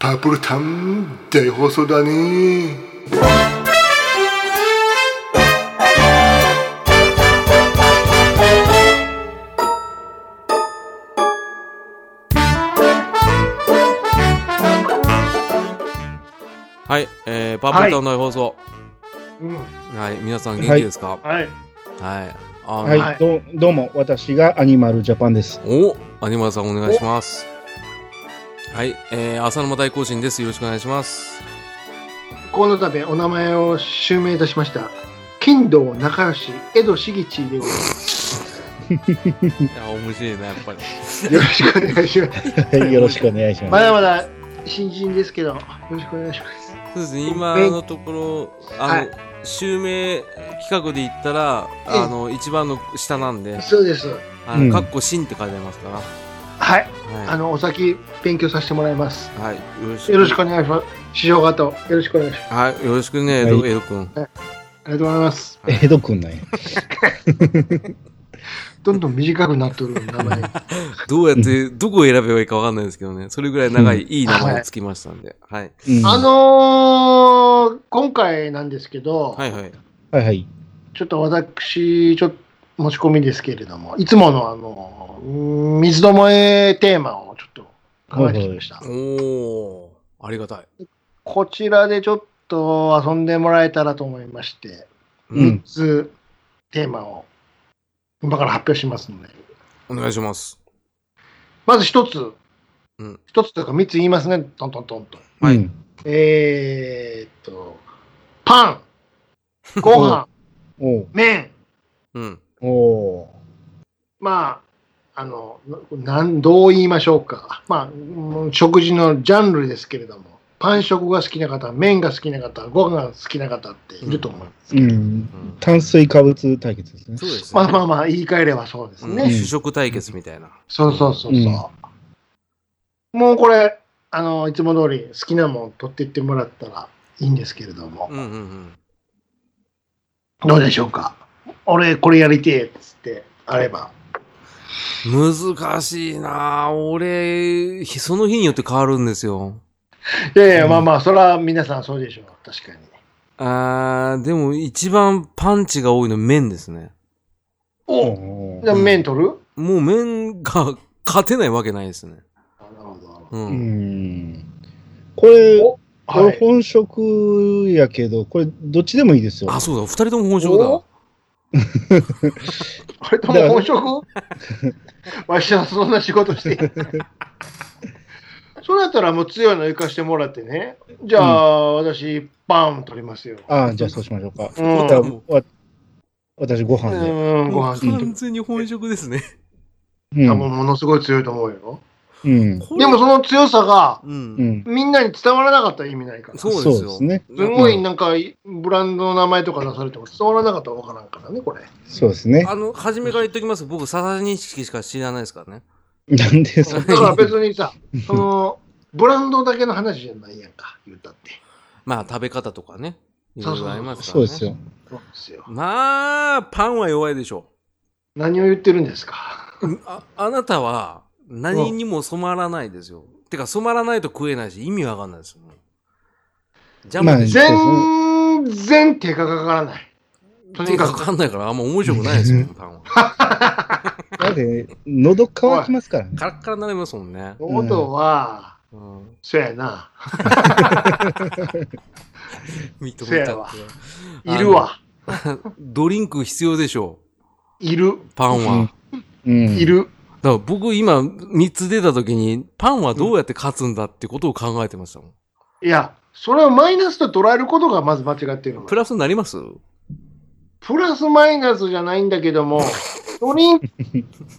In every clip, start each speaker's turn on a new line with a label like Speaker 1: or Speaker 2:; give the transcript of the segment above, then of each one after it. Speaker 1: パープルタウン大放送だね
Speaker 2: はい、えー、パープルタウン大放送。
Speaker 1: うん
Speaker 2: はい、皆さん元気ですか
Speaker 1: はい
Speaker 2: はい。あの
Speaker 3: はい、
Speaker 1: はい
Speaker 3: どうどうも、私がアニマルジャパンです。
Speaker 2: おアニマルさんお願いします。はい、えー、浅沼大行進です。よろしくお願いします。
Speaker 1: この度お名前を襲名いたしました金堂仲良し江戸茂地でございま
Speaker 2: いや、面白いな、やっぱり。
Speaker 1: すよろしくお願いします
Speaker 3: はい、よろしくお願いし
Speaker 1: ま
Speaker 3: ます。
Speaker 1: だまだ新人ですけどよろしくお願いします
Speaker 2: そうですね、今のところ、あの、襲名企画で言ったら、あの、一番の下なんで、
Speaker 1: そうです
Speaker 2: あ
Speaker 3: うん
Speaker 2: の、かっこしんって書いてありますから。
Speaker 1: はいあ
Speaker 2: は
Speaker 1: のお先勉強させてもらいます
Speaker 2: い。はい、よろしく。
Speaker 1: よろしくお願いします師匠方よろしくお願いします
Speaker 2: はい、よろしくね、江戸、江戸くん。
Speaker 1: ありがとうございます
Speaker 3: 江戸くんなんや。
Speaker 1: どんどん短くなっとる名前
Speaker 2: どうやって、どこを選べばいいかわかんないですけどね。それぐらい長い、いい名前をつきましたんで。はい。
Speaker 3: う ん
Speaker 1: あのー、今回なんですけど、
Speaker 2: はいはい。
Speaker 3: はいはい。
Speaker 1: ちょっと私、ちょっと持ち込みですけれども、いつものあの、うーん水どもえテーマをちょっと考えてきました。
Speaker 2: おー、ありがたい。
Speaker 1: こちらでちょっと遊んでもらえたらと思いまして、
Speaker 3: う
Speaker 1: 3
Speaker 3: ん
Speaker 1: つテーマを今から発表しますので、
Speaker 2: お願いします。
Speaker 1: まず1つ
Speaker 2: うん、
Speaker 1: 1つというか3つ言いますね、トントントンと。
Speaker 2: はい
Speaker 3: うん
Speaker 1: えーっと、パン、ご 飯、
Speaker 3: おう
Speaker 1: 麺、
Speaker 2: うん。
Speaker 3: おう
Speaker 1: まあ、あの、なん、どう言いましょうか。まあうん、食事のジャンルですけれども、パン食が好きな方、麺が好きな方、ご飯が好きな方っていると思います。
Speaker 3: うん
Speaker 2: うん
Speaker 3: 炭水化物対決ですね。
Speaker 2: そうですね。
Speaker 1: まあまあまあ、言い換えればそうです
Speaker 2: うん
Speaker 1: ね。
Speaker 2: 主食対決みたいな。
Speaker 1: そうそうそうそう。もうこれ、あの、いつも通り好きなもん取っていってもらったらいいんですけれども、
Speaker 2: うんうんうん。
Speaker 1: どうでしょうか。俺、これやりてえっつって、あれば。
Speaker 2: 難しいなぁ俺、ひその日によって変わるんですよ。
Speaker 1: いやいや、
Speaker 3: うん
Speaker 1: まあまあ、それは皆さんそうでしょう。確かに。
Speaker 2: あー、でも一番パンチが多いの麺ですね。
Speaker 1: お
Speaker 3: おう
Speaker 1: じゃあ麺取る、
Speaker 2: もう麺が 勝てないわけないですね。
Speaker 1: あなるほどなるほど。
Speaker 2: う。
Speaker 3: うんん。これ、
Speaker 1: お
Speaker 3: こ
Speaker 1: は
Speaker 3: れ
Speaker 1: い、
Speaker 3: 本職やけど、これどっちでもいいですよ。
Speaker 2: あ、そうだ、二人とも本職だ
Speaker 1: お。あれとも本 職わしはそんな仕事してそれやったらもう強いの行かしてもらってねじゃあ、私パン取りますよ
Speaker 3: あじゃあそうしましょうか。
Speaker 1: うん
Speaker 3: だからわ私、ご飯
Speaker 1: う
Speaker 3: で。
Speaker 1: ーんご
Speaker 2: もう
Speaker 1: 飯食って
Speaker 2: 完全に本職ですね。
Speaker 3: うん
Speaker 1: 多分ものすごい強いと思うよ、
Speaker 3: うん。
Speaker 2: これ
Speaker 1: でも、その強さが
Speaker 2: う。
Speaker 3: うんん。
Speaker 1: みんなに伝わらなかったら意味ないからす
Speaker 2: そうです
Speaker 3: そう
Speaker 2: よ。
Speaker 3: ですね
Speaker 1: ごいなんかブランドの名前とか出されても伝わらなかったらわからんからねこれ
Speaker 3: そうですね。
Speaker 2: あの、初めから言っときます。僕、笹認識しか知らないですからね。
Speaker 3: なんでそ
Speaker 1: だ
Speaker 3: れ
Speaker 1: から別にさそのブランドだけの話じゃないやんか言ったって
Speaker 2: まあ、食べ方とかね。いろいろありますか
Speaker 3: そ
Speaker 2: ら
Speaker 3: う
Speaker 2: ね。
Speaker 3: ですよ。
Speaker 1: そうですよ
Speaker 2: まあ、パンは弱いでしょ
Speaker 1: 何を言ってるんですか
Speaker 2: う。ああなたは、何にも染まらないですよ。てか、染まらないと食えないし、意味わかんないですよ。ジャムでしょ
Speaker 1: 全然手がかからない。と
Speaker 2: 手
Speaker 1: に
Speaker 2: が
Speaker 1: か
Speaker 2: か
Speaker 1: く。
Speaker 2: かんないから、あんま面白くないですよ、パンは。
Speaker 3: だって、喉乾きますからね。
Speaker 2: カラッカラになりますもんね。
Speaker 1: 音は、
Speaker 2: うん。
Speaker 1: そやな。
Speaker 2: 認
Speaker 1: せ
Speaker 2: め
Speaker 1: や
Speaker 2: た
Speaker 1: わ。いるわ。
Speaker 2: ドリンク必要でしょ
Speaker 1: いる。
Speaker 2: う、パン
Speaker 3: う
Speaker 2: は
Speaker 3: ん。うん
Speaker 1: いる。
Speaker 2: だから僕今3つ出た時に、パンはどうやって勝つんだってことを考えてましたもん。
Speaker 1: いや、それをマイナスと捉えることがまず間違ってるの
Speaker 2: プラスになります
Speaker 1: プラスマイナスじゃないんだけども、ドリンク、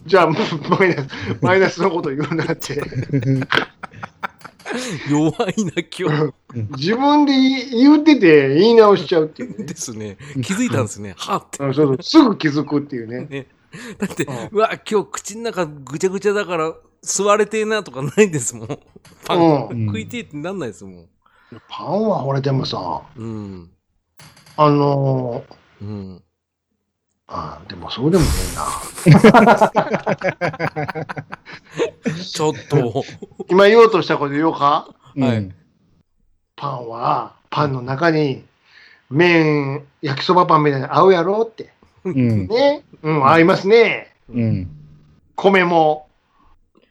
Speaker 1: じゃあ、もうマイナス、マイナスのこと言うなって。
Speaker 2: 弱いな、今
Speaker 1: 自分で言い言ってて言い直しちゃうっていう
Speaker 2: 日。
Speaker 1: ね。
Speaker 2: ですね。気づいたんですね。はっ
Speaker 1: うんそうそうすぐ気づくっていうね。
Speaker 2: て。だって、
Speaker 1: う
Speaker 2: うわ、今日口の中ぐちゃぐちゃだから、座れてえなとかないですもん。パン、
Speaker 1: う
Speaker 3: うん
Speaker 2: 食いてえってなんないですもん。
Speaker 1: ん。パンは惚れてもさ、
Speaker 2: うん。
Speaker 1: あのー
Speaker 2: うん。
Speaker 1: ああ、でもそうでもねえな。
Speaker 2: ちょっと、
Speaker 1: 今言おうとしたこと言おうか
Speaker 2: はい
Speaker 3: うん
Speaker 1: パンは、パンの中に、麺、焼きそばパンみたいに合うやろって。
Speaker 3: うん。
Speaker 1: ね。うん、合いますね。
Speaker 3: うん。
Speaker 1: 米も。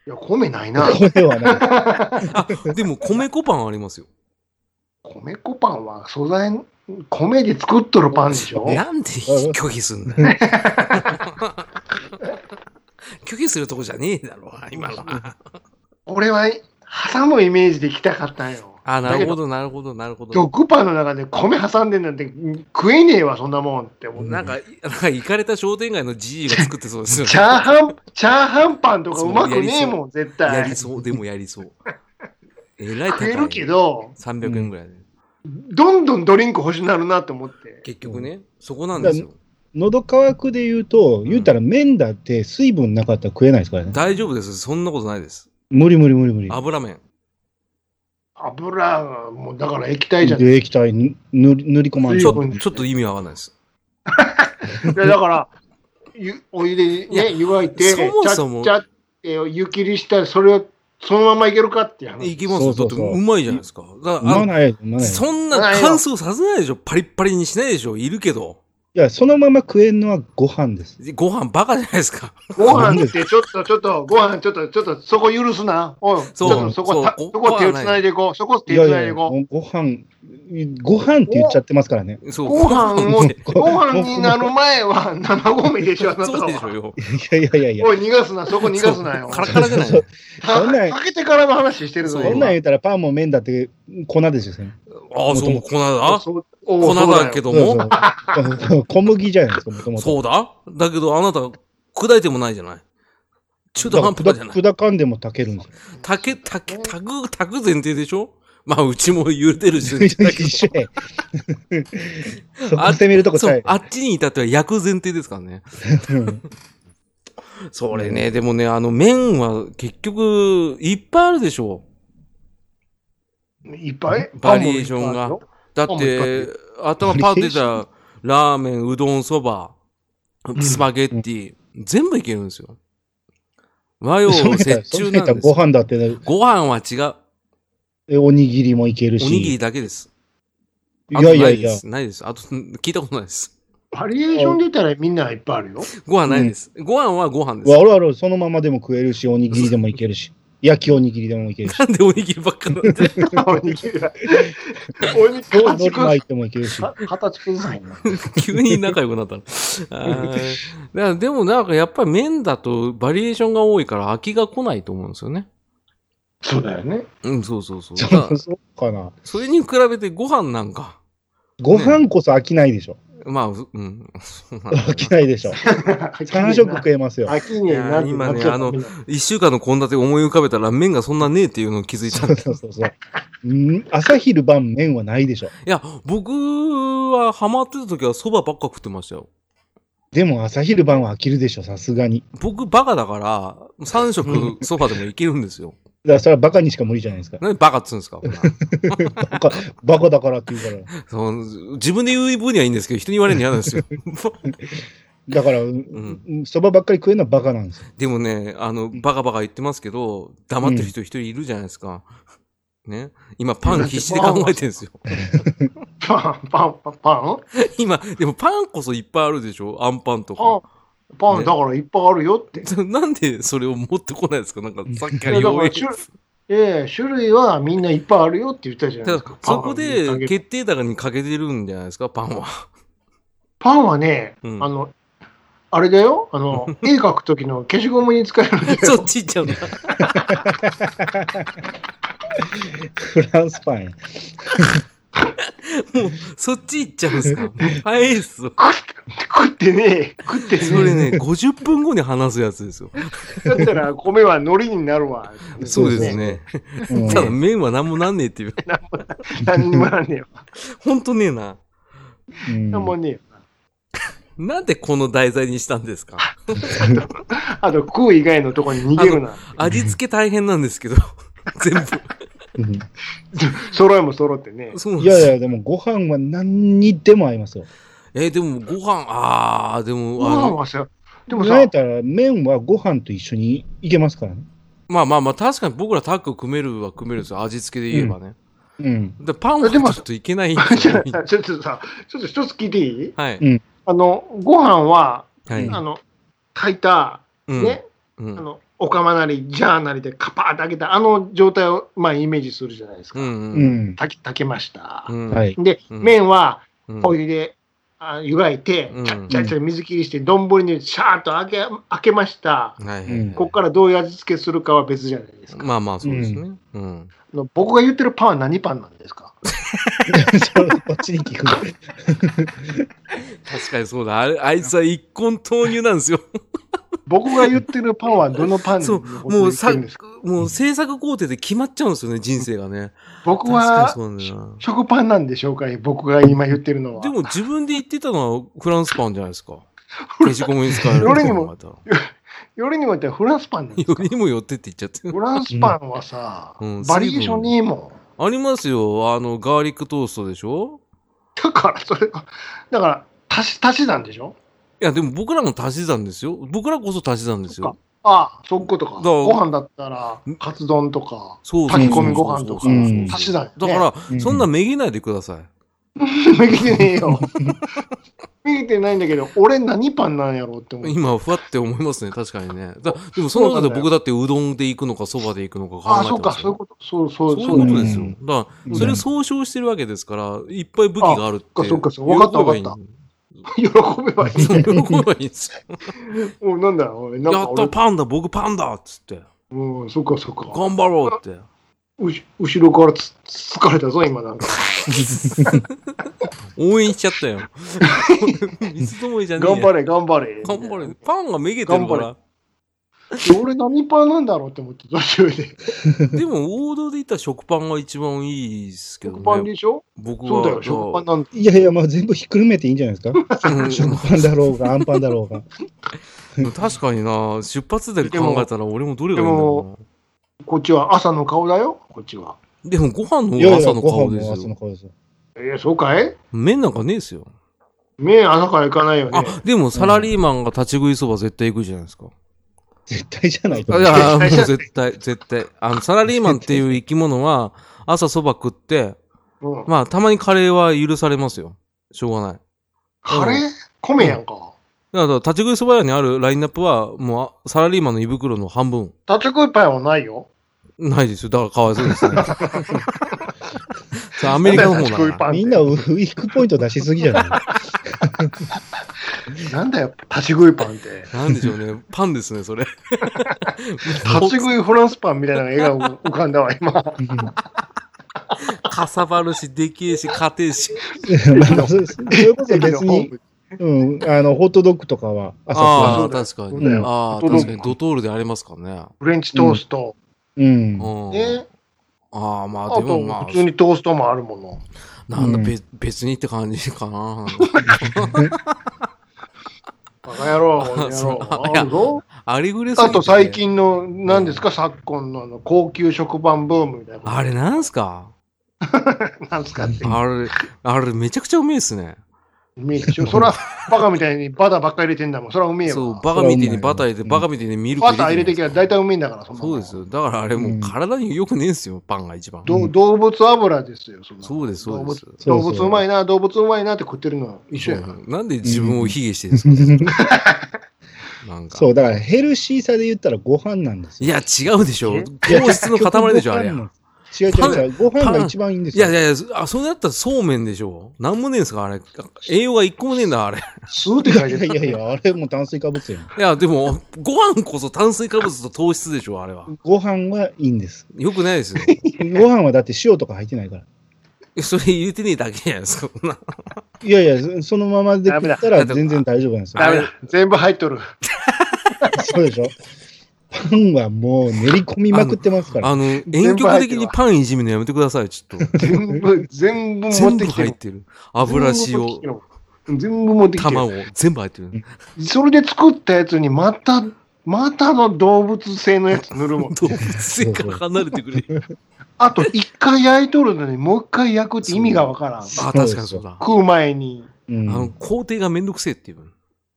Speaker 1: いや、米ないな。
Speaker 3: 米はな
Speaker 2: あ、でも米粉パンありますよ。
Speaker 1: 米粉パンは素材、米で作っとるパンでしょ
Speaker 2: なんで拒否すんだよ。 拒否するとこじゃねえだろ、今のは。
Speaker 1: 俺は挟むイメージで行きたかったんよ。
Speaker 2: あ、なるほ
Speaker 1: ど。
Speaker 2: ど、なるほど、なるほど。
Speaker 1: 食パンの中で米挟んでんなんて食えねえわ、そんなもんって思う。
Speaker 2: なんか、なんか、行かれた商店街のじいが作ってそうですよね
Speaker 1: チ。ャーハン、チャーハンパンとかうまくねえもん、絶
Speaker 2: やり
Speaker 1: 対。
Speaker 2: そう、でもやりそう。えらい高
Speaker 1: 食
Speaker 2: い。
Speaker 1: えるけ。ど、
Speaker 2: 300円ぐらいで。
Speaker 1: どんどんドリンク欲しくなるなって思って。
Speaker 2: 結局ね、そこなんですよ。
Speaker 3: 喉乾くで言うと、言うたら麺だって水分なかったら食えないですからね。
Speaker 2: 大丈夫です。そんなことないです。
Speaker 3: 無理無理無理無理。
Speaker 2: 油麺。
Speaker 1: 油が、もうだから液体じゃない。
Speaker 3: で液体ぬ塗り塗り込まん
Speaker 2: ち
Speaker 1: 水
Speaker 3: と
Speaker 1: 分
Speaker 2: ょちょっと意味わかんないです。
Speaker 1: いやだから、ゆお湯で
Speaker 2: いや
Speaker 1: ね、湯がいて、
Speaker 2: そもそも
Speaker 1: ちゃっちゃって湯切りしたら、それをそのままいけるかっていう話。
Speaker 2: いきますよ。だ
Speaker 3: そ
Speaker 2: っ
Speaker 3: う
Speaker 2: て
Speaker 3: そう
Speaker 2: う
Speaker 3: そう
Speaker 2: まいじゃないですか。だ
Speaker 3: 飲ま
Speaker 2: から
Speaker 3: ない、飲ま
Speaker 2: あ、
Speaker 3: ない。
Speaker 2: そんな乾燥させないでしょ。パリッパリにしないでしょ。いるけど。
Speaker 3: いや、そのまま食えんのはご飯です。
Speaker 2: ご飯バカじゃないですか。
Speaker 1: ご飯ってちょっと、ちょっと、ご飯ちょっと、ちょっと、そこ許すな。おい、
Speaker 2: そう
Speaker 1: ちょっとそこ、た
Speaker 2: そう
Speaker 1: そこ手をつないでいこう。そこ手
Speaker 3: い
Speaker 1: つ
Speaker 3: やい
Speaker 1: な
Speaker 3: や
Speaker 1: い
Speaker 3: い
Speaker 1: でい
Speaker 3: や、
Speaker 1: こう。
Speaker 3: ご飯、ご飯って言っちゃってますからね。
Speaker 2: そう。
Speaker 1: ご飯を
Speaker 2: を、
Speaker 1: ご飯になる前は生米でしょ、あなた
Speaker 2: そうでしょ
Speaker 1: は。
Speaker 2: よ。
Speaker 3: いやいやいやいや
Speaker 1: お。い、逃がすな、そこ逃がすなよ。
Speaker 2: カラカラじゃ ない。
Speaker 1: は
Speaker 3: そんなん
Speaker 1: かけてからの話してるぞ、
Speaker 2: そう
Speaker 3: そんなん言うたらパンも麺だって粉ですよね。
Speaker 2: ああ、そう、粉だ。
Speaker 1: そう
Speaker 2: 粉だけ。ども。
Speaker 3: そうそう小麦じゃないですか、もともと。
Speaker 2: そうだだけどあなた、砕いてもないじゃない。中途半端じゃない。
Speaker 3: 砕かんでも炊けるんですよ。
Speaker 2: たけ、たけ、たぐ、たぐ前提でしょまあ、うちも茹でる し、
Speaker 3: 一緒や。そこ攻めるとこち
Speaker 2: そ
Speaker 3: ゃ
Speaker 2: う
Speaker 3: う、
Speaker 2: あっちに至っては焼く前提ですからね。
Speaker 3: うん
Speaker 2: それね、でもね、あの、麺は結局、いっぱいあるでしょ
Speaker 1: いっぱい
Speaker 2: バリエーションが。だっ
Speaker 1: あもういっぱいある
Speaker 2: て、頭パーって出たら、ラーメン、うどん、そば、
Speaker 1: ん
Speaker 2: スパゲッティ、全部いけるんですよ。和洋
Speaker 3: そんなんやった
Speaker 2: 折
Speaker 3: らそ
Speaker 2: 衷
Speaker 3: んなん
Speaker 2: な
Speaker 3: やった
Speaker 2: んで
Speaker 3: ら
Speaker 2: すよ。
Speaker 3: ご飯だってね、
Speaker 2: ご飯は違う。
Speaker 3: おにぎりもいけるし。
Speaker 2: おにぎりだけです。
Speaker 3: いやいやい
Speaker 2: あとないで
Speaker 3: や。
Speaker 2: す。ないですあと、聞いたことないです。
Speaker 1: バリエーション出たらみんないっぱいあるよ。
Speaker 2: ご飯ないです。ご飯はご飯で
Speaker 3: わ
Speaker 2: す。
Speaker 3: あるある、そのままでも食えるし、おにぎりでもいけるし、焼きおにぎりでもいけるし、
Speaker 2: なんでおにぎりばっかなんで
Speaker 1: おにぎりは。おにぎ
Speaker 3: そう
Speaker 1: り形
Speaker 3: 海苔巻
Speaker 1: 崩
Speaker 3: いてもいけるし。
Speaker 1: さ形崩さへんな。
Speaker 2: 急に仲良くなったの。あーだからでもなんかやっぱり麺だとバリエーションが多いから飽きが来ないと思うんですよね。
Speaker 1: そうだよね。
Speaker 2: うん、そうそうそう。だか
Speaker 3: そう
Speaker 2: ら
Speaker 3: そうかな。
Speaker 2: それに比べてご飯なんか、
Speaker 3: ご飯こそ飽きないでしょ。
Speaker 2: まあ、ううん、 そうなんだよな
Speaker 3: 飽きないでしょ。3食食えますよ。
Speaker 1: 秋になって
Speaker 2: 今ね
Speaker 1: 夏は
Speaker 2: あの
Speaker 1: ダメだ
Speaker 2: 一週間の献立思い浮かべたら麺がそんなねえっていうのを気づいた
Speaker 3: そ。うそうそうそう。うん朝昼晩麺はないでしょ。
Speaker 2: いや、僕はハマってた時は蕎麦ばっか食ってましたよ。
Speaker 3: でも朝昼晩は飽きるでしょ、さすがに。
Speaker 2: 僕バカだから、3食
Speaker 3: う
Speaker 2: 蕎麦でもいけるんですよ。
Speaker 3: だからそれはバカにしか無理じゃないですか。
Speaker 2: なんでバカっつうんです かほら
Speaker 3: バカバカだからって言うから。
Speaker 2: その自分で言う分にはいいんですけど、人に言われるの嫌なんですよ。
Speaker 3: だから、うんそばばっかり食えるのはバカなんですよ。
Speaker 2: でもね、あの、バカバカ言ってますけど、黙ってる人一人いるじゃないですか。ね。今、パン必死で考えてるんですよ。
Speaker 1: パン、パン、パン、パン
Speaker 2: 今、でもパンこそいっぱいあるでしょアンパンと
Speaker 1: パ
Speaker 2: か。
Speaker 1: ン、パ
Speaker 2: ね
Speaker 1: ン、だからいっぱいあるよって。
Speaker 2: なんでそれを持ってこないですかなんかさっきか
Speaker 1: い
Speaker 2: ら
Speaker 1: やだ
Speaker 2: 言
Speaker 1: か
Speaker 2: う
Speaker 1: ら種ええ、種類はみんないっぱいあるよって言ったじゃないですか。
Speaker 2: そこ
Speaker 1: パン
Speaker 2: で
Speaker 1: に
Speaker 2: 決定打に欠けてるんじゃないですかパン は。
Speaker 1: パンはね、
Speaker 2: うん
Speaker 1: あの、あれだよ、あの、絵描く時の消しゴムに使えるんだよ。
Speaker 2: そっち行っちゃうんだ。
Speaker 3: フランスパンや。
Speaker 2: もう、そっち行っちゃうんです かもう早いっすよ。
Speaker 1: 食ってねえ、食って
Speaker 2: それね、50分後に話すやつですよ。
Speaker 1: だったら米は海苔になるわ。
Speaker 2: そうです。ね。
Speaker 3: うん
Speaker 2: ただ麺は何もなんねえっていう。
Speaker 1: 何にもなんねえわ。
Speaker 2: ほんとねえな。
Speaker 3: うん
Speaker 1: 何もねえよな
Speaker 2: なんでこの題材にしたんですか
Speaker 1: あと食う以外のとこに逃げるな。
Speaker 2: 味付け大変なんですけど。 全部。
Speaker 3: うん
Speaker 1: 揃いも揃ってね。
Speaker 2: そうなん
Speaker 3: い
Speaker 2: で
Speaker 3: や
Speaker 2: す
Speaker 3: い
Speaker 2: よ。
Speaker 3: や、でもご飯は何にでも合いますよ。
Speaker 2: えーでもご飯、あー、で
Speaker 1: ご
Speaker 2: も、あ
Speaker 1: 飯
Speaker 2: の、
Speaker 1: はさ、で
Speaker 3: で
Speaker 1: も
Speaker 3: も
Speaker 1: さ
Speaker 3: やっ、たら麺はご飯と一緒にいけますからね。
Speaker 2: まあまあまあ、確かに僕らタッグ組めるは組めるんですよ。味付けで言えばね。
Speaker 3: うん。
Speaker 2: でパンは
Speaker 1: で
Speaker 2: ちょ
Speaker 1: も
Speaker 2: っといけないんです
Speaker 1: じ
Speaker 2: よ
Speaker 1: ゃあちょっとさ、ちょっと一つ聞いていい
Speaker 2: はい。
Speaker 1: あの、ご飯は、
Speaker 2: はい。
Speaker 1: あの、炊いた、
Speaker 2: うん
Speaker 1: ね、
Speaker 2: うん
Speaker 1: あの、お釜なり、ジャーなりでカパーって開けた、あの状態を、まあ、イメージするじゃないですか。
Speaker 2: う
Speaker 3: うんん。
Speaker 1: 炊き炊けました
Speaker 2: う。ん。
Speaker 3: は。い。
Speaker 1: で、
Speaker 2: うん
Speaker 1: 麺は、
Speaker 2: うん
Speaker 1: お湯で、あ湯がいて
Speaker 2: うん、
Speaker 1: ちゃっちゃっちゃ水切りして、丼にシャーッと開け開けました。
Speaker 2: はい。
Speaker 3: うん
Speaker 1: ここからどういう味付けするかは別じゃないですか。
Speaker 2: まあまあ、そうですね。うん。
Speaker 1: あの僕が言ってるパンは何パンなんですか
Speaker 3: そうこっちに聞く。
Speaker 2: 確かにそうだ。あれあいつは一根投入なんですよ。
Speaker 1: 僕が言ってるパンはどのパン
Speaker 2: そ
Speaker 1: の
Speaker 2: う
Speaker 1: こと
Speaker 2: も
Speaker 1: を言
Speaker 2: う
Speaker 1: って
Speaker 2: さ
Speaker 1: るんですか、
Speaker 2: もう制作工程で決まっちゃうんですよね、人生がね。
Speaker 1: 僕
Speaker 2: 確かに
Speaker 1: は
Speaker 2: そうなんだよな。
Speaker 1: 食パンなんでしょうかい僕が今言ってるのは。
Speaker 2: でも自分で言ってたのはフランスパンじゃないですか。消しゴムに使える。
Speaker 1: どれにも
Speaker 2: また。よ
Speaker 1: よりにもよってはフランスパンなんですか
Speaker 2: りにも寄ってって言っちゃってる
Speaker 1: フランスパンはさ、
Speaker 2: うん
Speaker 1: バリエーションにいいもん。
Speaker 2: ありますよ。あの、ガーリックトーストでしょ
Speaker 1: だから、それは、だから、足し、足しなんでしょ
Speaker 2: いや、でも僕らも足し算ですよ。僕らこそ足し算ですよ。
Speaker 1: ああ、そういうことか。
Speaker 2: どう
Speaker 1: ご飯だったら、カツ丼とか、
Speaker 2: そうそうそう
Speaker 1: 炊き込みご飯とか
Speaker 2: そうそうそう
Speaker 1: 足し算よ
Speaker 2: だ
Speaker 1: ね
Speaker 2: か
Speaker 3: う
Speaker 2: ら、
Speaker 3: ん
Speaker 2: そんなめげないでください。
Speaker 1: めげてねえよ。めげてないんだけど、俺何パンなんやろうって思う。
Speaker 2: 今、ふわって思いますね。確かにね。だでも、そ
Speaker 1: そう
Speaker 2: の中
Speaker 1: なん
Speaker 2: で
Speaker 1: だよ
Speaker 2: 僕だってうどんで行くのか、そばで行くのか考
Speaker 1: あ
Speaker 2: え
Speaker 1: あ、
Speaker 2: て
Speaker 1: そう
Speaker 2: ま
Speaker 1: か、
Speaker 2: す
Speaker 1: そういう
Speaker 2: よ。
Speaker 1: こと。そうそ
Speaker 2: そ
Speaker 1: う、
Speaker 2: ういう
Speaker 1: そう
Speaker 2: こ
Speaker 1: だ
Speaker 2: と
Speaker 1: ね
Speaker 2: です
Speaker 3: う
Speaker 2: よ
Speaker 3: ん。
Speaker 2: だから、それを総称してるわけですから、いっぱい武器があるって。
Speaker 1: あそっかそっかわかったわかった喜べばいい。
Speaker 2: 喜べばいい。喜べばいいんですよ。
Speaker 1: もうなんだよ、俺。 なん
Speaker 2: や
Speaker 1: か
Speaker 2: っ
Speaker 1: 俺
Speaker 2: た、パンダ、僕パンダっつって。
Speaker 1: うん、そっかそっか。
Speaker 2: 頑張ろうって。
Speaker 1: うし後ろからつ、つつかれたぞ、今なんか。
Speaker 2: 応援しちゃったよ。 三つどもえじゃねえや
Speaker 1: 頑張れ、頑張れ。
Speaker 2: 頑張れ。パンがめげてるから。
Speaker 1: で俺何パンなんだろうって思って、 途中で。
Speaker 2: でも、王道で言ったら食パンが一番いいですけど
Speaker 1: 食パン
Speaker 2: ね。
Speaker 1: でしょ
Speaker 2: 僕は。
Speaker 1: そうだよ、食パンなんだ。
Speaker 3: いやいや、まあ全部ひっくるめていいんじゃないですか。
Speaker 2: うん
Speaker 3: 食パンだろうが、あんパンだろうが。
Speaker 2: 確かにな、出発点考えたら俺もどれがいいんだろう
Speaker 1: こっちは朝の顔だよ、こっちは。
Speaker 2: な。でもご飯の
Speaker 3: いや
Speaker 2: 方
Speaker 3: いや
Speaker 2: 朝の
Speaker 3: ご
Speaker 2: 顔
Speaker 3: 飯
Speaker 2: です
Speaker 3: も朝の
Speaker 2: よ。
Speaker 3: 顔ですよ。
Speaker 1: えー、そうかい
Speaker 2: 麺なんかねえですよ。
Speaker 1: 麺朝から行かないよね。
Speaker 2: あ、でもサラリーマンが立ち食いそば絶対行くじゃないですか。
Speaker 3: 絶対じゃないと
Speaker 2: あ
Speaker 3: 思。
Speaker 2: いうや、もう絶対、絶対。あの、サラリーマンっていう生き物は朝そば食って、
Speaker 1: うん、
Speaker 2: まあたまにカレーは許されますよ。しょうがない。
Speaker 1: カレー米やんか。
Speaker 2: だから立ち食いそば屋にあるラインナップはもうサラリーマンの胃袋の半分。
Speaker 1: 立ち食いパンはないよ。
Speaker 2: ないですよ。だからかわいそうです ね。それアメリカの方
Speaker 1: 立ち食い
Speaker 2: な
Speaker 1: パンって
Speaker 3: みんなウィークポイント出しすぎじゃない
Speaker 1: なんだよ、立ち食いパン って。
Speaker 2: なんでしょう ね。パンですね、それ。
Speaker 1: 立ち食いフランスパンみたいな絵が浮かんだわ、今。
Speaker 2: かさばるし、でけえし、硬えし。
Speaker 3: まあそうですそれこそ別に、うん、あの、ホットドッグとかは朝食
Speaker 2: あ
Speaker 3: わ
Speaker 2: あ、確か
Speaker 1: そ
Speaker 2: に。
Speaker 1: うだよ
Speaker 2: ああ、
Speaker 1: ドトール
Speaker 2: 確かに、ドトールでありますからね。
Speaker 1: フレンチトースト。
Speaker 3: ない。うん。
Speaker 2: うん。
Speaker 1: ね。
Speaker 2: ああ、ま
Speaker 1: あ
Speaker 2: あ、でもま
Speaker 1: と、普通
Speaker 2: あ、
Speaker 1: にトーストもあるもの。
Speaker 2: なんだ、
Speaker 3: うん
Speaker 2: べ別にって感じか な。
Speaker 1: バカ野郎、この野郎。
Speaker 2: あ そう
Speaker 1: あるぞ
Speaker 2: ありぐれすぎ
Speaker 1: あ
Speaker 2: てね
Speaker 1: と最。近の、何ですか、昨今のあの高級食パンブームみたいな。
Speaker 2: あれなんすか
Speaker 1: なんですかって。
Speaker 2: あれ、あれめちゃくちゃうめえっすね。
Speaker 1: うめえでしょ。そら、バカみたいにバターばっかり入れてんだもん。そらうめえ
Speaker 2: そ
Speaker 1: よ
Speaker 2: う、。バカみてえにバター入れて、
Speaker 3: うん
Speaker 2: バカみてえにミルク
Speaker 1: バター入れてき
Speaker 2: ゃ
Speaker 1: ゃ大体うめえんだから、そんなも
Speaker 2: そ
Speaker 1: ん
Speaker 2: うですよ。だからあれもう体に良くねえんすよ、パンが一番。
Speaker 1: ど動物油ですよ、そんなもん
Speaker 2: そうです、そうです。
Speaker 1: 動物うまいな、動物うまいなって食ってるのは一緒やな。
Speaker 2: なんで自分を卑下してるんですかなんか。
Speaker 3: そう、だからヘルシーさで言ったらご飯なんです
Speaker 2: い
Speaker 3: よ。
Speaker 2: や、違うでしょ
Speaker 1: え。
Speaker 2: 糖質の塊でしょ、あれ。
Speaker 3: 違う
Speaker 2: い
Speaker 3: 違う違う。ご飯が一番いいんですよ。
Speaker 2: やいやいや、あ、それだったらそうめんでしょ。なんもねえんすか、あれ。栄養が一個もねえんだ、あれ。
Speaker 1: スーって書いて
Speaker 3: いやいやい
Speaker 1: る。
Speaker 3: や、あれもう炭水化物やん。
Speaker 2: いや、でも、ご飯こそ炭水化物と糖質でしょ、あれは。
Speaker 3: ご飯はいいんです。
Speaker 2: よくないですよ。
Speaker 3: ご飯はだって塩とか入ってないから。
Speaker 2: それ入れてねえだけじゃないですか、そんな。
Speaker 3: いやいや、そのままで食ったら全然大丈夫なんですよ
Speaker 1: ダ。メだ。全部入っとる。
Speaker 3: そうでしょ。パンはもう練り込みまくってますから。
Speaker 2: あの、遠曲的にパンいじめのやめてください、ちょっと。
Speaker 1: 全部、全部持
Speaker 2: 全
Speaker 1: って
Speaker 2: 部
Speaker 1: きて
Speaker 2: 入
Speaker 1: る
Speaker 2: っ。てる。油、
Speaker 1: 全部持ってきて
Speaker 2: 塩、
Speaker 1: る全部持ってきてる
Speaker 2: 卵、全部入ってる。
Speaker 1: それで作ったやつにまた、またの動物性のやつ塗る もん。
Speaker 2: 動物性から離れてくれ。
Speaker 1: あと一回焼いとるのにもう一回焼くって意味がわからん。
Speaker 2: あ、確かにそうだ。
Speaker 1: 食う前に。
Speaker 3: う
Speaker 2: あの、
Speaker 3: ん、
Speaker 2: 工程がめんどくせえっていう。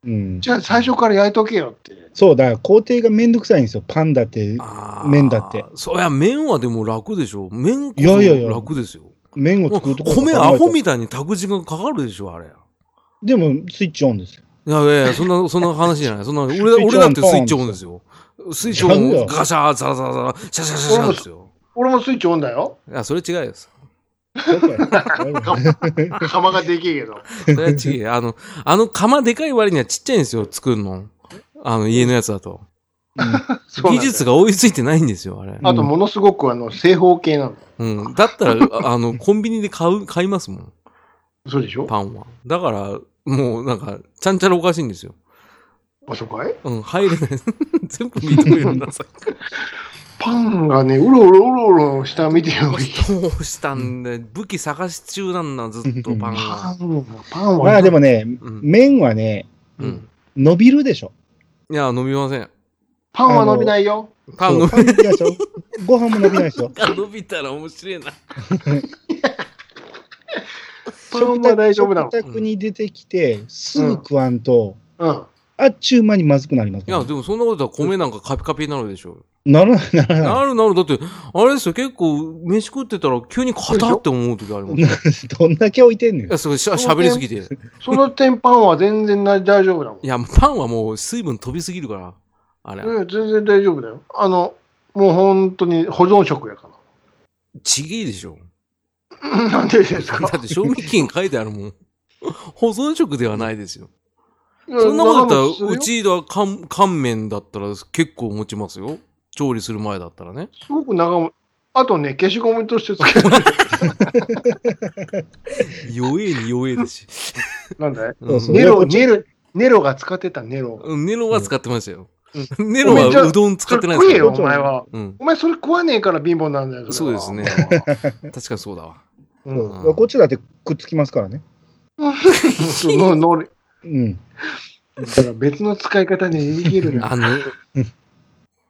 Speaker 3: うん。
Speaker 1: じゃあ最初から焼いとけよって。
Speaker 3: そう、だから工程がめんどくさいんですよ。パンだって、
Speaker 2: あー
Speaker 3: 麺だって。
Speaker 2: そういや、麺はでも楽でしょ。麺こ
Speaker 3: いやいやい
Speaker 2: そ
Speaker 3: や
Speaker 2: 楽ですよ。
Speaker 3: 麺を作るとこ
Speaker 2: 米アホみたいに炊く時間かかるでしょ、あれ。
Speaker 3: でも、スイッチオ ンですよ。
Speaker 2: いやいやいや、そんな、そんな話じゃない。そんな、俺
Speaker 3: スイッチオン
Speaker 2: 俺だってスイッチオンですよ。スイッチオ
Speaker 3: 違う
Speaker 2: ン
Speaker 3: よ
Speaker 2: ガシャー、ザラザラザラ、シャシャシャシャですよ。
Speaker 1: 俺もスイッチオンだよ。
Speaker 2: いや、それ違いです。
Speaker 3: だから
Speaker 1: 釜ができるけど。
Speaker 2: それは違う。あの、あの釜でかい割にはちっちゃいんですよ、作るの。あの、家のやつだと。
Speaker 1: そう
Speaker 2: 技
Speaker 1: なんだよ
Speaker 2: 術が追いついてないんですよ、あれ。
Speaker 1: あとものすごくあの正方形なの。
Speaker 2: うん。だったら、ああの、コンビニで買う、買いますもん。
Speaker 1: そうでしょ
Speaker 2: パンは。だから、もうなんか、ちゃんちゃらおかしいんですよ。
Speaker 1: あ、そうかい
Speaker 2: うん、入 れない。全部認めるんだ、さっき。
Speaker 1: パンがね、うろうろうろうろ下見てるのに。
Speaker 2: どうしたんで、武器探し中なんだ、ずっとパン
Speaker 1: パ
Speaker 2: が。
Speaker 1: ン、パンは、
Speaker 3: まあでもね、
Speaker 2: うん。
Speaker 3: 麺はね、
Speaker 2: うん。
Speaker 3: 伸びるでしょ。
Speaker 2: いや、飲みません。
Speaker 1: パンは伸びないよ。
Speaker 2: パン
Speaker 3: そ
Speaker 2: 飲
Speaker 3: うパン伸びないで しょ。ご飯も伸びないでしょ。
Speaker 2: み、伸びたら面白いな。
Speaker 1: パンは大丈夫なの
Speaker 3: 食。卓に出てきて、すぐ食わんと、
Speaker 1: うん。
Speaker 3: あっちゅう間にまずくなります
Speaker 2: い
Speaker 3: から
Speaker 2: や、でもそんなことだったら米なんかカピカピになるでしょ。
Speaker 3: ならない、ならない。
Speaker 2: なるなる。だって、あれですよ、結構、飯食ってたら急に硬って思う時あります。い
Speaker 3: どんだけ置いてんねん。
Speaker 2: や、それしゃ喋りすぎて。
Speaker 1: その点パンは全然な大丈夫だもん
Speaker 2: い。や、パンはもう水分飛びすぎるから、あれ。
Speaker 1: うん全然大丈夫だよ。あの、もう本当に保存食やか
Speaker 2: ちげえでしょ。
Speaker 1: ら。 なんでですか
Speaker 2: だって賞味期限書いてあるもん。 保存食ではないですよ。そんなことだったら、う。
Speaker 1: いや長持するよ
Speaker 2: ちは乾乾麺だったら結構持ちますよ。調理する前だったらね。
Speaker 1: すごく長もあとね、消しゴムとしてつける。
Speaker 2: 弱えに弱えですし。
Speaker 1: なんだい
Speaker 3: そうそう
Speaker 1: ネ
Speaker 2: ん
Speaker 1: ロ、ネロ、ネロが使ってたネロ。
Speaker 2: うんネロは使ってましたよ。 ネロは
Speaker 1: ごめんじゃあ
Speaker 2: うどん使
Speaker 1: そ
Speaker 2: って
Speaker 1: れ
Speaker 2: ない
Speaker 1: 食
Speaker 2: です
Speaker 1: え
Speaker 2: か
Speaker 1: よ、
Speaker 2: ら。
Speaker 1: お前は。
Speaker 2: うん。
Speaker 1: お前それ食わねえから貧乏なんだよ。れは
Speaker 2: そうです。確かにそうだわ。
Speaker 1: うん。
Speaker 2: うん
Speaker 3: こっちだってくっつきますからね。
Speaker 1: その能力
Speaker 3: うん。
Speaker 1: だから別の使い方に逃げる な。
Speaker 2: あの、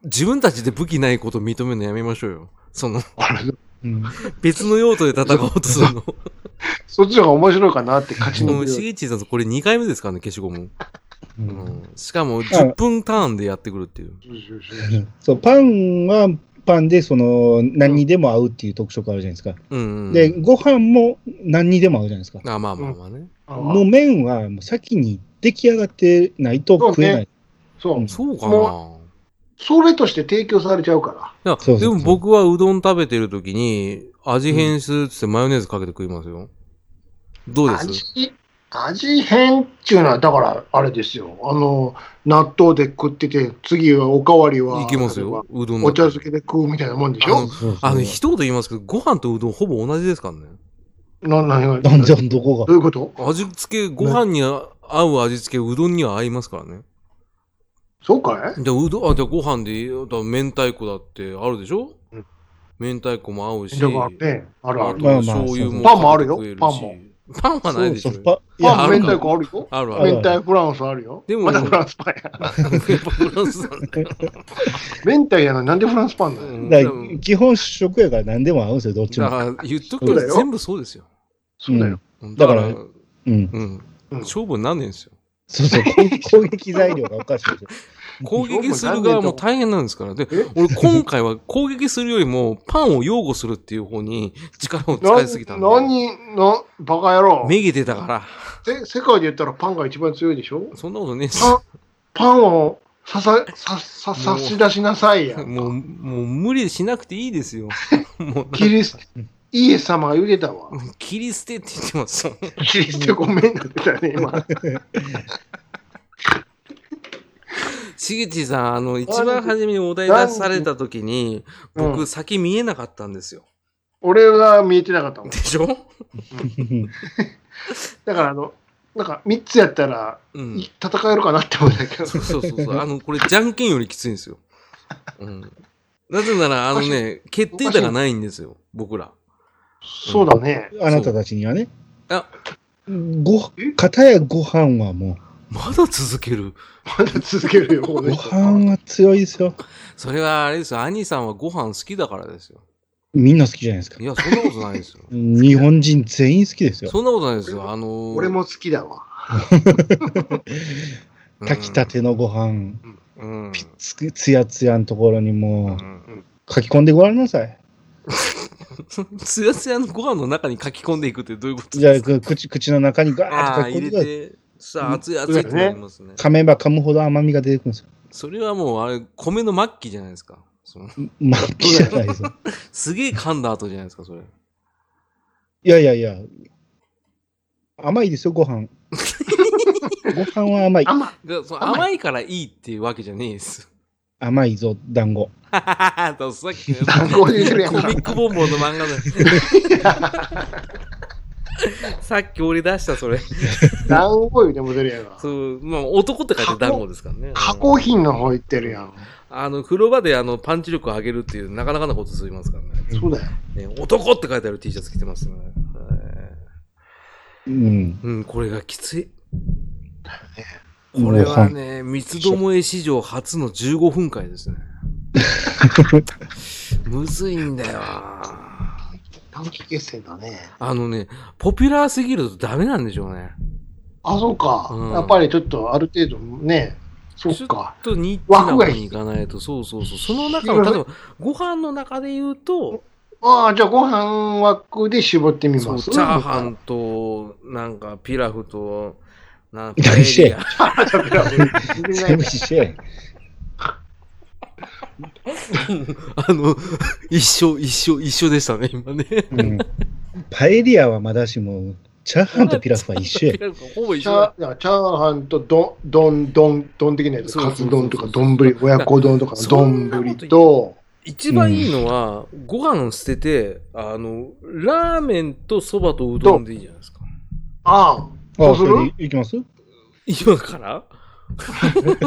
Speaker 2: 自分たちで武器ないこと認めるのやめましょうよ。その、
Speaker 3: うん、
Speaker 2: 別の用途で戦おうとす るの。
Speaker 1: そっちの方が面白いかなって勝ち
Speaker 2: も
Speaker 1: に
Speaker 2: う、しげちさん、これ2回目ですからね、消しゴム。
Speaker 3: う
Speaker 2: うんん。しかも、10分ターンでやってくるっていう。
Speaker 3: そう、パンはパンで、その、何にでも合うっていう特色あるじゃないですか。
Speaker 2: うん、うん。
Speaker 3: で、ご飯も何にでも合うじゃないですか。
Speaker 2: あ、まあまあまあね。
Speaker 3: もう麺はもう先に出来上がってないと食えない。。
Speaker 1: そううん
Speaker 2: そうか
Speaker 1: も
Speaker 2: な。
Speaker 1: それとして提供されちゃうか
Speaker 2: いや
Speaker 3: そうそう
Speaker 2: で
Speaker 3: そう
Speaker 2: も僕はうどん食べてるときに、味変するっつってマヨネーズかけて食いますよ。どう
Speaker 1: ら。
Speaker 2: です
Speaker 1: 味、味変っていうのは、だからあれですよ。あの、納豆で食ってて、次はおかわりは。
Speaker 2: いけます
Speaker 1: 例えば
Speaker 2: よ。うどんだ
Speaker 1: お
Speaker 2: って
Speaker 1: 茶漬けで食うみたいなもんでし
Speaker 2: あ
Speaker 1: ょ
Speaker 2: のあの、一言言いますけど、ご飯とうどんほぼ同じですからね。
Speaker 1: な、な、な、
Speaker 3: だんだ
Speaker 1: ど
Speaker 3: んどこ
Speaker 1: う
Speaker 3: が。
Speaker 1: いうこと
Speaker 2: 味付け、ご飯に合う味付け、うどんには合いますからね。
Speaker 1: そうかい
Speaker 2: で、うどん、あ、で、ご飯で、だから明太子だってあるでしょ
Speaker 1: うん
Speaker 2: 明太子も合うし。
Speaker 1: だからね、あるあ
Speaker 2: あ
Speaker 1: る
Speaker 2: と。
Speaker 3: まあまあ
Speaker 2: 醤油も。
Speaker 1: パンもあるよ
Speaker 2: 食えし
Speaker 1: パンも。
Speaker 2: パンはないでしょ。
Speaker 3: そうそう
Speaker 2: いや
Speaker 1: パン、
Speaker 2: ある
Speaker 1: 明
Speaker 2: か
Speaker 1: 太子あるよ。
Speaker 2: あるあ
Speaker 3: あ
Speaker 2: る。
Speaker 3: る
Speaker 1: 明太フランスあるよ。
Speaker 2: でも
Speaker 1: まだフランスパンや。
Speaker 2: やっぱフランスなんだよ。
Speaker 1: 明太やのになんでフランスパンだ
Speaker 2: う
Speaker 1: よ。
Speaker 2: ん
Speaker 3: だから基本主食やから何でも合うんですよ、どっち
Speaker 2: だ
Speaker 3: も。
Speaker 2: から言っとく
Speaker 1: そう
Speaker 2: け
Speaker 1: だ
Speaker 2: ど
Speaker 1: よ
Speaker 2: 全部そうですよ。
Speaker 1: そうだよ。
Speaker 2: だ
Speaker 3: だ
Speaker 2: か
Speaker 3: からら、うん。
Speaker 2: うん、
Speaker 1: うん
Speaker 2: 勝負になんねえんですよ。
Speaker 3: そう そう、攻撃材料がおかしいですよ。
Speaker 2: 攻撃する側も大変なんですから。で
Speaker 1: え、
Speaker 2: 俺今回は攻撃するよりもパンを擁護するっていう方に力を使いすぎたんで。
Speaker 1: 何、な、バカ野郎。
Speaker 2: めげてたから。
Speaker 1: せ世界で言ったらパンが一番強いでしょ
Speaker 2: そんなことねえし。
Speaker 1: パン、パンをささ、さ、さ、
Speaker 2: も
Speaker 1: 差
Speaker 2: う
Speaker 1: し出しなさいや。
Speaker 2: もう、もう無理しなくていいですよ。もう、
Speaker 1: キリス、イエス様が言うてたわ。
Speaker 2: 切り捨てって言ってます。
Speaker 1: キリスってごめんなってたね、今。
Speaker 2: しげちさん、あの、一番初めにお題出された時に、
Speaker 1: なんでう
Speaker 2: 僕先見えなかったんですよ。
Speaker 1: 俺が見えてなかったもん
Speaker 2: で。しょ
Speaker 1: だからあの、なんか3つやったら、
Speaker 2: うん
Speaker 1: い。戦えるかなって思うんだけど。
Speaker 2: そうそうそう そう。あの、これ、じゃんけんよりきついんですよ。うん。なぜなら、あのね、決定打がないんですよ、僕ら。
Speaker 1: そうだね。
Speaker 3: あなたたちにはね。
Speaker 2: あ、
Speaker 3: ご、片やご飯はも
Speaker 2: まだ続ける。
Speaker 1: まだ続けるよ、こ
Speaker 3: う、ご
Speaker 1: の
Speaker 3: 飯
Speaker 1: 人。
Speaker 3: は強いですよ。
Speaker 2: それは、あれですよ、兄さんはご飯好きだからですよ。
Speaker 3: みんな好きじゃないですか
Speaker 2: い。や、そんなことないです よ。
Speaker 3: 日本人全員好きですよ。
Speaker 2: そんなことないですよ。あのー
Speaker 1: 俺も好きだわ。
Speaker 3: 炊きたてのご飯、
Speaker 2: うん。
Speaker 3: つくつやつやのところに
Speaker 2: う
Speaker 3: も
Speaker 2: ん
Speaker 3: う書き込んでごらんなさい。
Speaker 2: つやつやのご飯の中に書き込んでいくってどういうこと
Speaker 3: じゃあ、
Speaker 2: ですか
Speaker 3: く口、口の中にガ
Speaker 2: あ
Speaker 3: ーッ
Speaker 2: あ、
Speaker 3: と書き
Speaker 2: 入
Speaker 3: 込んでくだ
Speaker 2: れ
Speaker 3: さい
Speaker 2: て、さあ、熱い熱いってなりますね。
Speaker 3: 噛めば噛むほど甘みが出てくるんですよ。
Speaker 2: それはもう、あれ、米の末期じゃないですか。その
Speaker 3: まあ、じゃないで すよ。
Speaker 2: すげえ噛んだ後じゃないですか、それ。
Speaker 3: いやいやいや。甘いですよ、ご飯。ご飯は甘い。
Speaker 1: 甘い
Speaker 2: がその
Speaker 1: 甘い
Speaker 2: 甘いからいいっていうわけじゃねえ です。
Speaker 3: 甘いぞ、団子。
Speaker 2: ははははさっきの
Speaker 1: 団子入れてるやん
Speaker 2: コミックボンボンの漫画 だ。さっき俺出した、それ。
Speaker 1: 団子よでも出るやんか。
Speaker 2: そう、まあ、男って書いて団子ですからね。
Speaker 1: 加工品の方行ってるやん。
Speaker 2: あの、風呂場であの、パンチ力を上げるっていう、なかなかなことすりますからね。
Speaker 1: そうだよ。
Speaker 2: ね男って書いてある T シャツ着てますよね。はい
Speaker 3: うん。
Speaker 2: うん、これがきつい。
Speaker 3: も
Speaker 2: こ
Speaker 3: う
Speaker 2: れはね、三つどもえ史上初の15分解ですね。むずいんだよ。
Speaker 1: 短期決戦だね。
Speaker 2: あのね、ポピュラーすぎるとダメなんでしょうね。
Speaker 1: あ、そうか。
Speaker 2: うん
Speaker 1: やっぱりちょっとある程度ね、そ
Speaker 2: ちょ
Speaker 1: っ
Speaker 2: っ
Speaker 1: か。
Speaker 2: とニッチな方に行かないと、そうそうそう。その中の、
Speaker 1: いろい
Speaker 2: 例え
Speaker 1: ろ
Speaker 2: ば、ご飯の中で言うと、
Speaker 1: ああ、じゃあご飯枠で絞ってみ
Speaker 2: そ
Speaker 1: ま
Speaker 2: う、
Speaker 1: す。
Speaker 2: チャーハンと、なんか、ピラフと、なんか、
Speaker 3: 何して
Speaker 2: パエリ
Speaker 3: 全部一緒や。
Speaker 2: アあの、 一緒、一緒、一緒でしたね、今ね。
Speaker 3: うん。パエリアはまだしも、チャーハンとピラフは一緒や
Speaker 2: ピ。ラフがほぼ一
Speaker 1: チ
Speaker 2: 緒
Speaker 1: ャ
Speaker 2: だ
Speaker 1: ー。いやチャーハンとどん、どん、どん、どん的なやつ。
Speaker 2: そうそう
Speaker 1: カ
Speaker 2: そうそう
Speaker 1: ツ丼とか丼、親子丼とかの
Speaker 2: そん
Speaker 1: 丼
Speaker 2: なこと言う
Speaker 1: と、
Speaker 2: 一番いいのは、ご飯を捨てて、あの、ラーメンとそばとうどんでいいじゃないですか。
Speaker 1: ああ、
Speaker 3: あ
Speaker 1: ど
Speaker 3: あ、
Speaker 1: うす
Speaker 3: そ
Speaker 1: る
Speaker 3: れでいきます
Speaker 2: 今から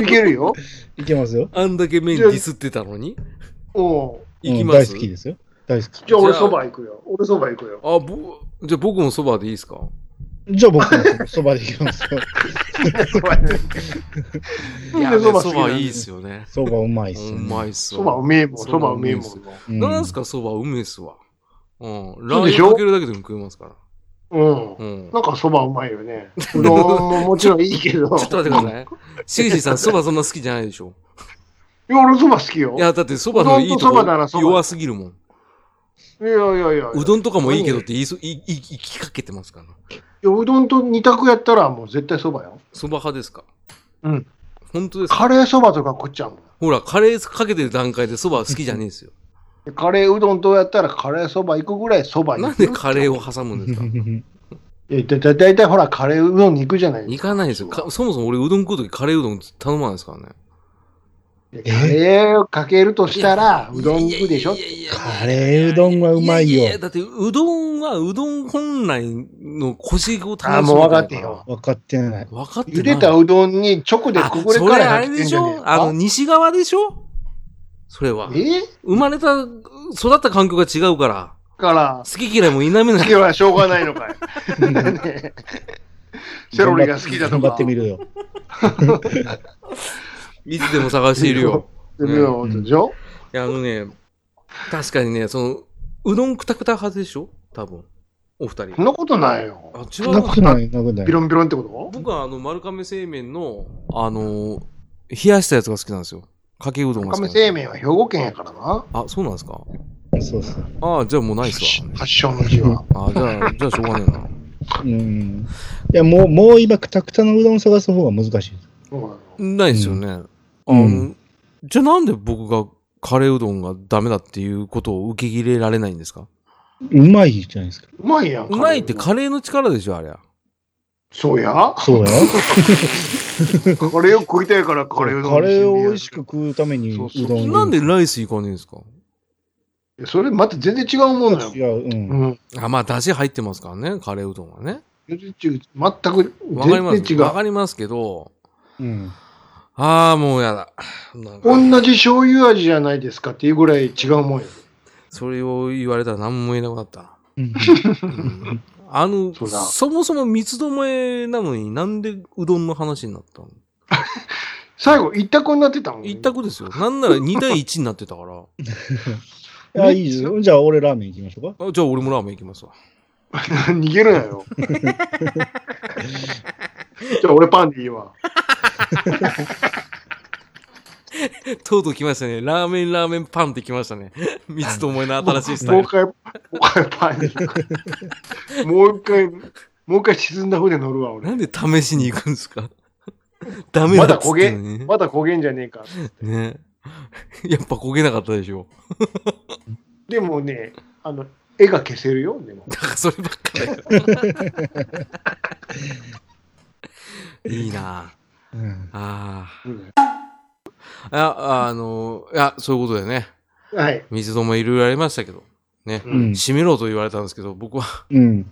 Speaker 1: いけるよ。
Speaker 3: いけますよ。
Speaker 2: あんだけ麺ディスってたのに
Speaker 1: おう
Speaker 3: うん
Speaker 2: 行きます、
Speaker 3: 大好きですよ。大好き。
Speaker 1: じゃあ
Speaker 2: じ
Speaker 1: 俺
Speaker 2: ゃあ
Speaker 1: そば行くよ。俺そば行くよ。
Speaker 2: あ、ぼ、じゃあ僕もそばでいいですか
Speaker 3: じゃあ僕もそばでいきますよ。
Speaker 1: そば行くよ
Speaker 2: い
Speaker 1: な
Speaker 2: や、
Speaker 1: んで
Speaker 2: そ
Speaker 1: そば
Speaker 2: ば
Speaker 1: 好きなの
Speaker 2: いいですよね。
Speaker 3: そばうまいっす
Speaker 2: う
Speaker 3: よね。
Speaker 2: まいっす
Speaker 1: そばう
Speaker 2: わ。
Speaker 1: めえもん、そばうめえも
Speaker 2: そば
Speaker 1: ん。
Speaker 3: うん。
Speaker 2: なんすかそばうめえっすわ。うん。ラ
Speaker 1: そ
Speaker 2: ー
Speaker 1: うで
Speaker 2: 油
Speaker 1: しょ
Speaker 2: かけるだけでも食えますから。
Speaker 1: うん。
Speaker 2: うん。ちょ
Speaker 1: なんかそばうまいよ ね。うどんももちろんいいけど。
Speaker 2: っと待ってください。シゲシさん、そばそんな好きじゃないでしょ。
Speaker 1: いや、俺そば好きよ。
Speaker 2: いや、だってそばのいいう
Speaker 1: どんと
Speaker 2: と
Speaker 1: そばならそ
Speaker 2: こ
Speaker 1: ば
Speaker 2: 弱すぎるもん。
Speaker 1: いやいやいや。
Speaker 2: うどんとかもいいけどって言いそ、言い、言い言いきかけてますから。
Speaker 1: いやうどんと二択やったらもう絶対そばよ。
Speaker 2: そば派ですか
Speaker 1: うん。
Speaker 2: 本当ですか
Speaker 1: カレーそばとか食っちゃうもん。
Speaker 2: ほら、カレーかけてる段階でそば好きじゃねえですよ。
Speaker 1: でカレーうどんとやったらカレーそば行くぐらいそば行
Speaker 2: なん
Speaker 1: く。
Speaker 2: でカレーを挟むんですか
Speaker 1: いやだだだいたいほらカレーうどんに行くじゃない
Speaker 2: 行かないですよ。かそもそも俺うどん食うときカレーうどん頼まないですからね。
Speaker 1: でカレーをかけるとしたらうどん行くでしょ
Speaker 2: いやいやいや
Speaker 3: カレーうどんはうまいよ
Speaker 2: やややだってうどんはうどん本来の腰を楽しむ。
Speaker 1: あーもう分かってんよ。
Speaker 3: 分かってない。
Speaker 2: 分かってない。
Speaker 1: 茹でたうどんに直で
Speaker 2: あ
Speaker 1: ここで
Speaker 2: そ
Speaker 1: カ
Speaker 2: れ
Speaker 1: レー
Speaker 2: あれ
Speaker 1: 入っ
Speaker 2: で
Speaker 1: てん
Speaker 2: し
Speaker 1: じゃねえ
Speaker 2: ょあの、西側でしょそれは。
Speaker 1: え
Speaker 2: 生まれた、育った環境が違うから、
Speaker 1: から
Speaker 2: 好、き嫌いも否めない
Speaker 1: 好き。はしょうがないのかい。 ねえセロリが好きだと
Speaker 3: 頑張
Speaker 1: か
Speaker 3: っ。てみるよ。
Speaker 2: いつでも探しているよ。
Speaker 1: でもよでしょ
Speaker 2: いや、あのね、確かにね、その、うどんくたくた派でしょ多分。お二
Speaker 1: そん
Speaker 2: 人。
Speaker 1: なことないよ。
Speaker 2: あ、違
Speaker 3: そんな
Speaker 2: う
Speaker 3: こ
Speaker 2: な。
Speaker 3: とない、そん
Speaker 1: ビ
Speaker 3: なことない。
Speaker 1: ロンビロンってこと
Speaker 2: 僕はあの、丸亀製麺の、あのー、冷やしたやつが好きなんですよ。かけうどんが好き
Speaker 1: 亀
Speaker 2: なんです
Speaker 1: 製
Speaker 2: よ。
Speaker 1: 麺は兵庫県やからな。
Speaker 2: あ、そうなんですか
Speaker 3: そうそう。
Speaker 2: ああ、じゃあもうないっす
Speaker 1: 発祥の地は。
Speaker 2: わ。あじゃあ、じゃあしょうがねえな。
Speaker 3: うん。いや、もう、もう今、くたくたのうどん探す方が難しい。
Speaker 1: うん
Speaker 2: ないですよね。
Speaker 3: うん
Speaker 2: あの
Speaker 3: うん
Speaker 2: じゃあなんで僕がカレーうどんがダメだっていうことを受け入れられないんですか
Speaker 3: うまいじゃないですか。
Speaker 1: うまいやん。
Speaker 2: うまいってカレーの力でしょ、あれは。
Speaker 1: そう や。
Speaker 3: そうだよ。
Speaker 1: カレーを食いたいからカレーうどん
Speaker 3: カレーを美味しく食うためにうど
Speaker 1: そ
Speaker 3: ん
Speaker 1: うそう
Speaker 3: を
Speaker 2: なんでライスいかねえんですか
Speaker 1: いやそれまた全然違うもんだよ。
Speaker 3: 違う。うん。
Speaker 1: うん。
Speaker 2: あ、まあ、だし入ってますからね、カレーうどんはね。
Speaker 1: 全然違う。全く、
Speaker 2: わかります
Speaker 1: 全然違
Speaker 2: わ
Speaker 1: う。
Speaker 2: かりますけど、
Speaker 3: うん。
Speaker 2: ああ、もうやだ。なんか、
Speaker 1: 同じ醤油味じゃないですかっていうぐらい違うもんよ。
Speaker 2: それを言われたら何も言えなくなった。
Speaker 3: うん
Speaker 2: うんあの、
Speaker 1: そうだ
Speaker 2: そもそも三つどもえなのになんでうどんの話になったの
Speaker 1: 最後、一択になってたもん。
Speaker 2: 一。択ですよ。なんなら2対1になってたから。
Speaker 3: あ、いいですよ。じゃあ、俺ラーメン行きましょうか。
Speaker 2: あじゃあ俺もラーメン行きますわ。
Speaker 1: 逃げるなよ。じゃあ俺パンでいいわ。
Speaker 2: とうとう来ましたね。ラーメン、ラーメン、パンって来ました ね。三つともえの新しいスタ
Speaker 1: もう
Speaker 2: イ
Speaker 1: 一
Speaker 2: ル。
Speaker 1: 回、もう一回パンに行く。もう一回、もう一回沈んだ船乗るわ、
Speaker 2: な
Speaker 1: 俺。
Speaker 2: んで試しに行くんですかダメだっつってんのにね。
Speaker 1: まだ焦げんじゃねえか。
Speaker 2: ね。やっぱ焦げなかったでしょ。
Speaker 1: でもね、あの、絵が消せるよ、でも。
Speaker 2: だからそればっかだよ。いいな
Speaker 3: うん
Speaker 2: あ
Speaker 1: うん
Speaker 2: あ。あ、あの、いや、そういうことだよね。
Speaker 1: はい。
Speaker 2: 水戸もいろいろありましたけど。ね。
Speaker 1: う
Speaker 3: うん
Speaker 2: 締めろと言われたんですけど、僕は、
Speaker 3: うん。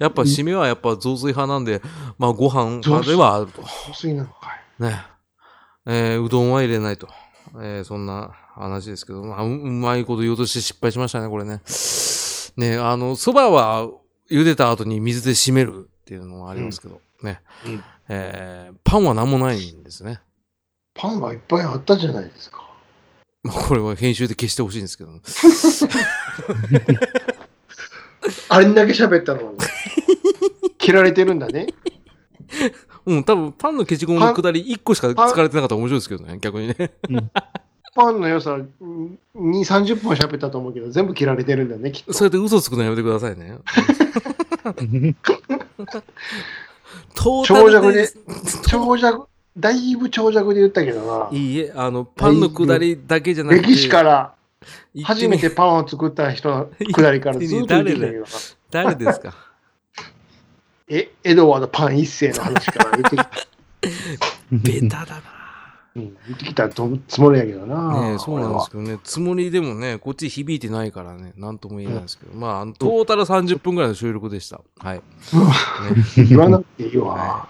Speaker 2: やっぱ締めはやっぱ雑炊派なんで、まあご飯
Speaker 1: 雑炊
Speaker 2: ではあると。
Speaker 1: 香水なのかい。
Speaker 2: ね。えーうどんは入れないと。えーそんな話ですけど、まあ、ううまいこと言おうとして失敗しましたね、これね。ね、あの、蕎麦は茹でた後に水で締めるっていうのもありますけど、ね。
Speaker 1: うん
Speaker 2: えーパンは何もないんですね。
Speaker 1: パンがいっぱいあったじゃないですか。
Speaker 2: まあ、これは編集で消してほしいんですけど、
Speaker 1: あれだけ喋った のに。切られてるんだね。
Speaker 2: うん、多分パンの消しゴムのくだり1個しか使われてなかったら面白いですけどね、逆にね。
Speaker 1: パンの良さ、2、30分は喋ったと思うけど、全部切られてるんだね、きっと。
Speaker 2: そうやって嘘つくのやめてください ね。トータ
Speaker 1: 長
Speaker 2: ル
Speaker 1: 尺
Speaker 2: で
Speaker 1: で、長尺、だいぶ長尺で言ったけど
Speaker 2: いいえ、あの、パンのくだりだけじゃな
Speaker 1: な。
Speaker 2: くて、
Speaker 1: 歴史から、
Speaker 2: 一気に
Speaker 1: 初めてパンを作った人 のくだりからずっと言ってきたけどな
Speaker 2: 誰です か
Speaker 1: え、エドワードパン一世の話から言ってきた。
Speaker 2: ベタだ
Speaker 1: うん言ってきたつもりやけど
Speaker 2: な。
Speaker 1: な。
Speaker 2: ねえそうなんですけどね、つもりでもね、こっち響いてないからね、なんとも言えないですけど、まああの、トータル30分ぐらいの収録でした。はい。ね
Speaker 1: 俺は言わなくていいわ
Speaker 2: は。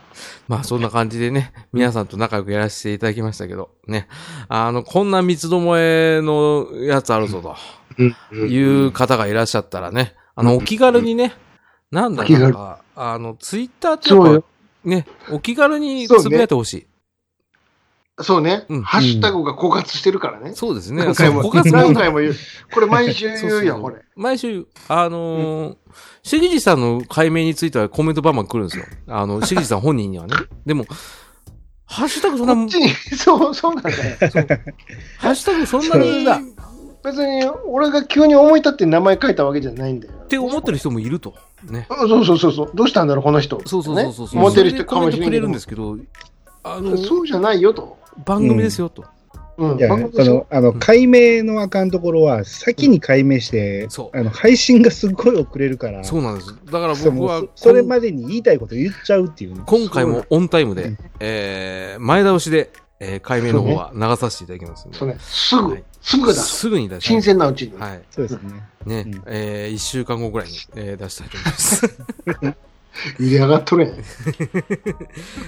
Speaker 2: まあそんな感じでね、皆さんと仲良くやらせていただきましたけど、ね。あの、こんな三つどもえのやつあるぞと
Speaker 1: うんうん
Speaker 2: いう方がいらっしゃったらね、あの、お気軽にね、なんだ
Speaker 1: お気軽
Speaker 2: ろうあの、ツイッターって
Speaker 1: そう
Speaker 2: やっ
Speaker 1: よ
Speaker 2: ぱ、ね、お気軽に
Speaker 1: そうね
Speaker 2: つぶやいてほしい。
Speaker 1: そうね、
Speaker 2: うん
Speaker 1: ハッシュタグが枯渇してるからね。
Speaker 2: そうですね。
Speaker 1: 何回も、
Speaker 2: そう他
Speaker 1: 何回も言う。これ毎週言う
Speaker 2: そうそう
Speaker 1: よ、これ。
Speaker 2: 毎週、あのー、しぎじさんの解明についてはコメントバンバン来るんですよ。あ の、しぎじさん本人にはね。でも、ハッシュタグそんな、
Speaker 1: こっちに、そう、そうなんだよ。
Speaker 2: ハッシュタグそんな
Speaker 1: そう
Speaker 2: に
Speaker 1: だ
Speaker 2: っ
Speaker 1: 別に、俺が急に思い立って名前書いたわけじゃないんだよ。
Speaker 2: て思ってる人もいると。ね。
Speaker 1: うんそうそうそうそう。どうしたんだろう、この人。
Speaker 2: そうそうそうそうそう。
Speaker 1: ね、モテる人かもし
Speaker 2: そ
Speaker 1: れ
Speaker 2: でコメントくれ
Speaker 1: ないけ
Speaker 2: る
Speaker 1: ど
Speaker 2: んですけど、あの、
Speaker 1: そうじゃないよと。
Speaker 2: 番組ですよと。
Speaker 1: うん。
Speaker 3: いや、
Speaker 1: 番
Speaker 3: そ
Speaker 1: 組でしょ
Speaker 3: の、あの、解明のあかんところは、先に解明して、
Speaker 2: そう
Speaker 3: あの、配信がすっごい遅れるから、
Speaker 2: そうなんです。だから
Speaker 3: そう
Speaker 2: 僕は
Speaker 3: もう、そそれまでに言いたいこと言っちゃうっていうね。
Speaker 2: 今回もオンタイム
Speaker 3: う
Speaker 2: で
Speaker 3: ん、
Speaker 2: えー、前倒しで、えー、解明の方は流させていただきますんで
Speaker 1: そうね。すぐ、
Speaker 2: はい
Speaker 1: すぐだ。
Speaker 2: すぐに出し
Speaker 1: 新
Speaker 2: ます。
Speaker 1: 鮮なうちに。
Speaker 2: はい。
Speaker 3: そうですね。
Speaker 2: ね、
Speaker 3: うん
Speaker 2: えー、1週間後ぐらいに、えー出したいと思い ます。
Speaker 1: 入れ上がっとるやん。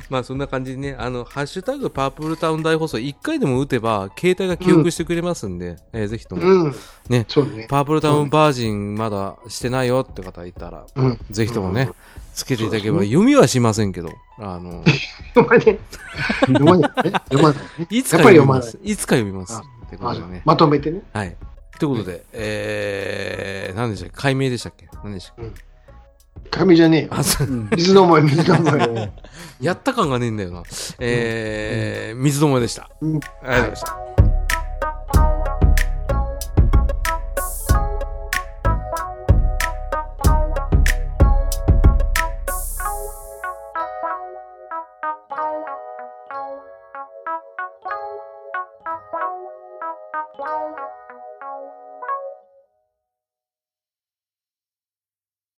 Speaker 2: まあそんな感じでね、あの、ハッシュタグパープルタウン大放送1回でも打てば、携帯が記憶してくれますんで、えーぜひとも、
Speaker 1: うん。
Speaker 2: ね
Speaker 1: そうね。
Speaker 2: パープルタウンバージンまだしてないよって方いたら、
Speaker 1: うん。
Speaker 2: ぜひともね、
Speaker 1: うん
Speaker 2: つけていただければ、読みはしませんけど、あ の、
Speaker 1: 読まねえ。読まねえ。読ま ないね。
Speaker 2: いつか
Speaker 1: やっぱ
Speaker 2: 読
Speaker 1: り
Speaker 2: み
Speaker 1: 読ま
Speaker 2: ま
Speaker 1: ない
Speaker 2: す。いつか読みます。ってこと
Speaker 1: あそ
Speaker 2: で
Speaker 1: う
Speaker 2: ね。
Speaker 1: まとめてね。
Speaker 2: はい。ということで、えー、何でしたっけ解明でしたっけ何でしたっけ
Speaker 1: 紙じゃねえよ。
Speaker 2: あ、そう
Speaker 3: うん
Speaker 1: 水の前、水の
Speaker 3: そ
Speaker 1: 前。
Speaker 3: う
Speaker 2: やった感がねえんだよな。えー、水友でした。ありがとうございました。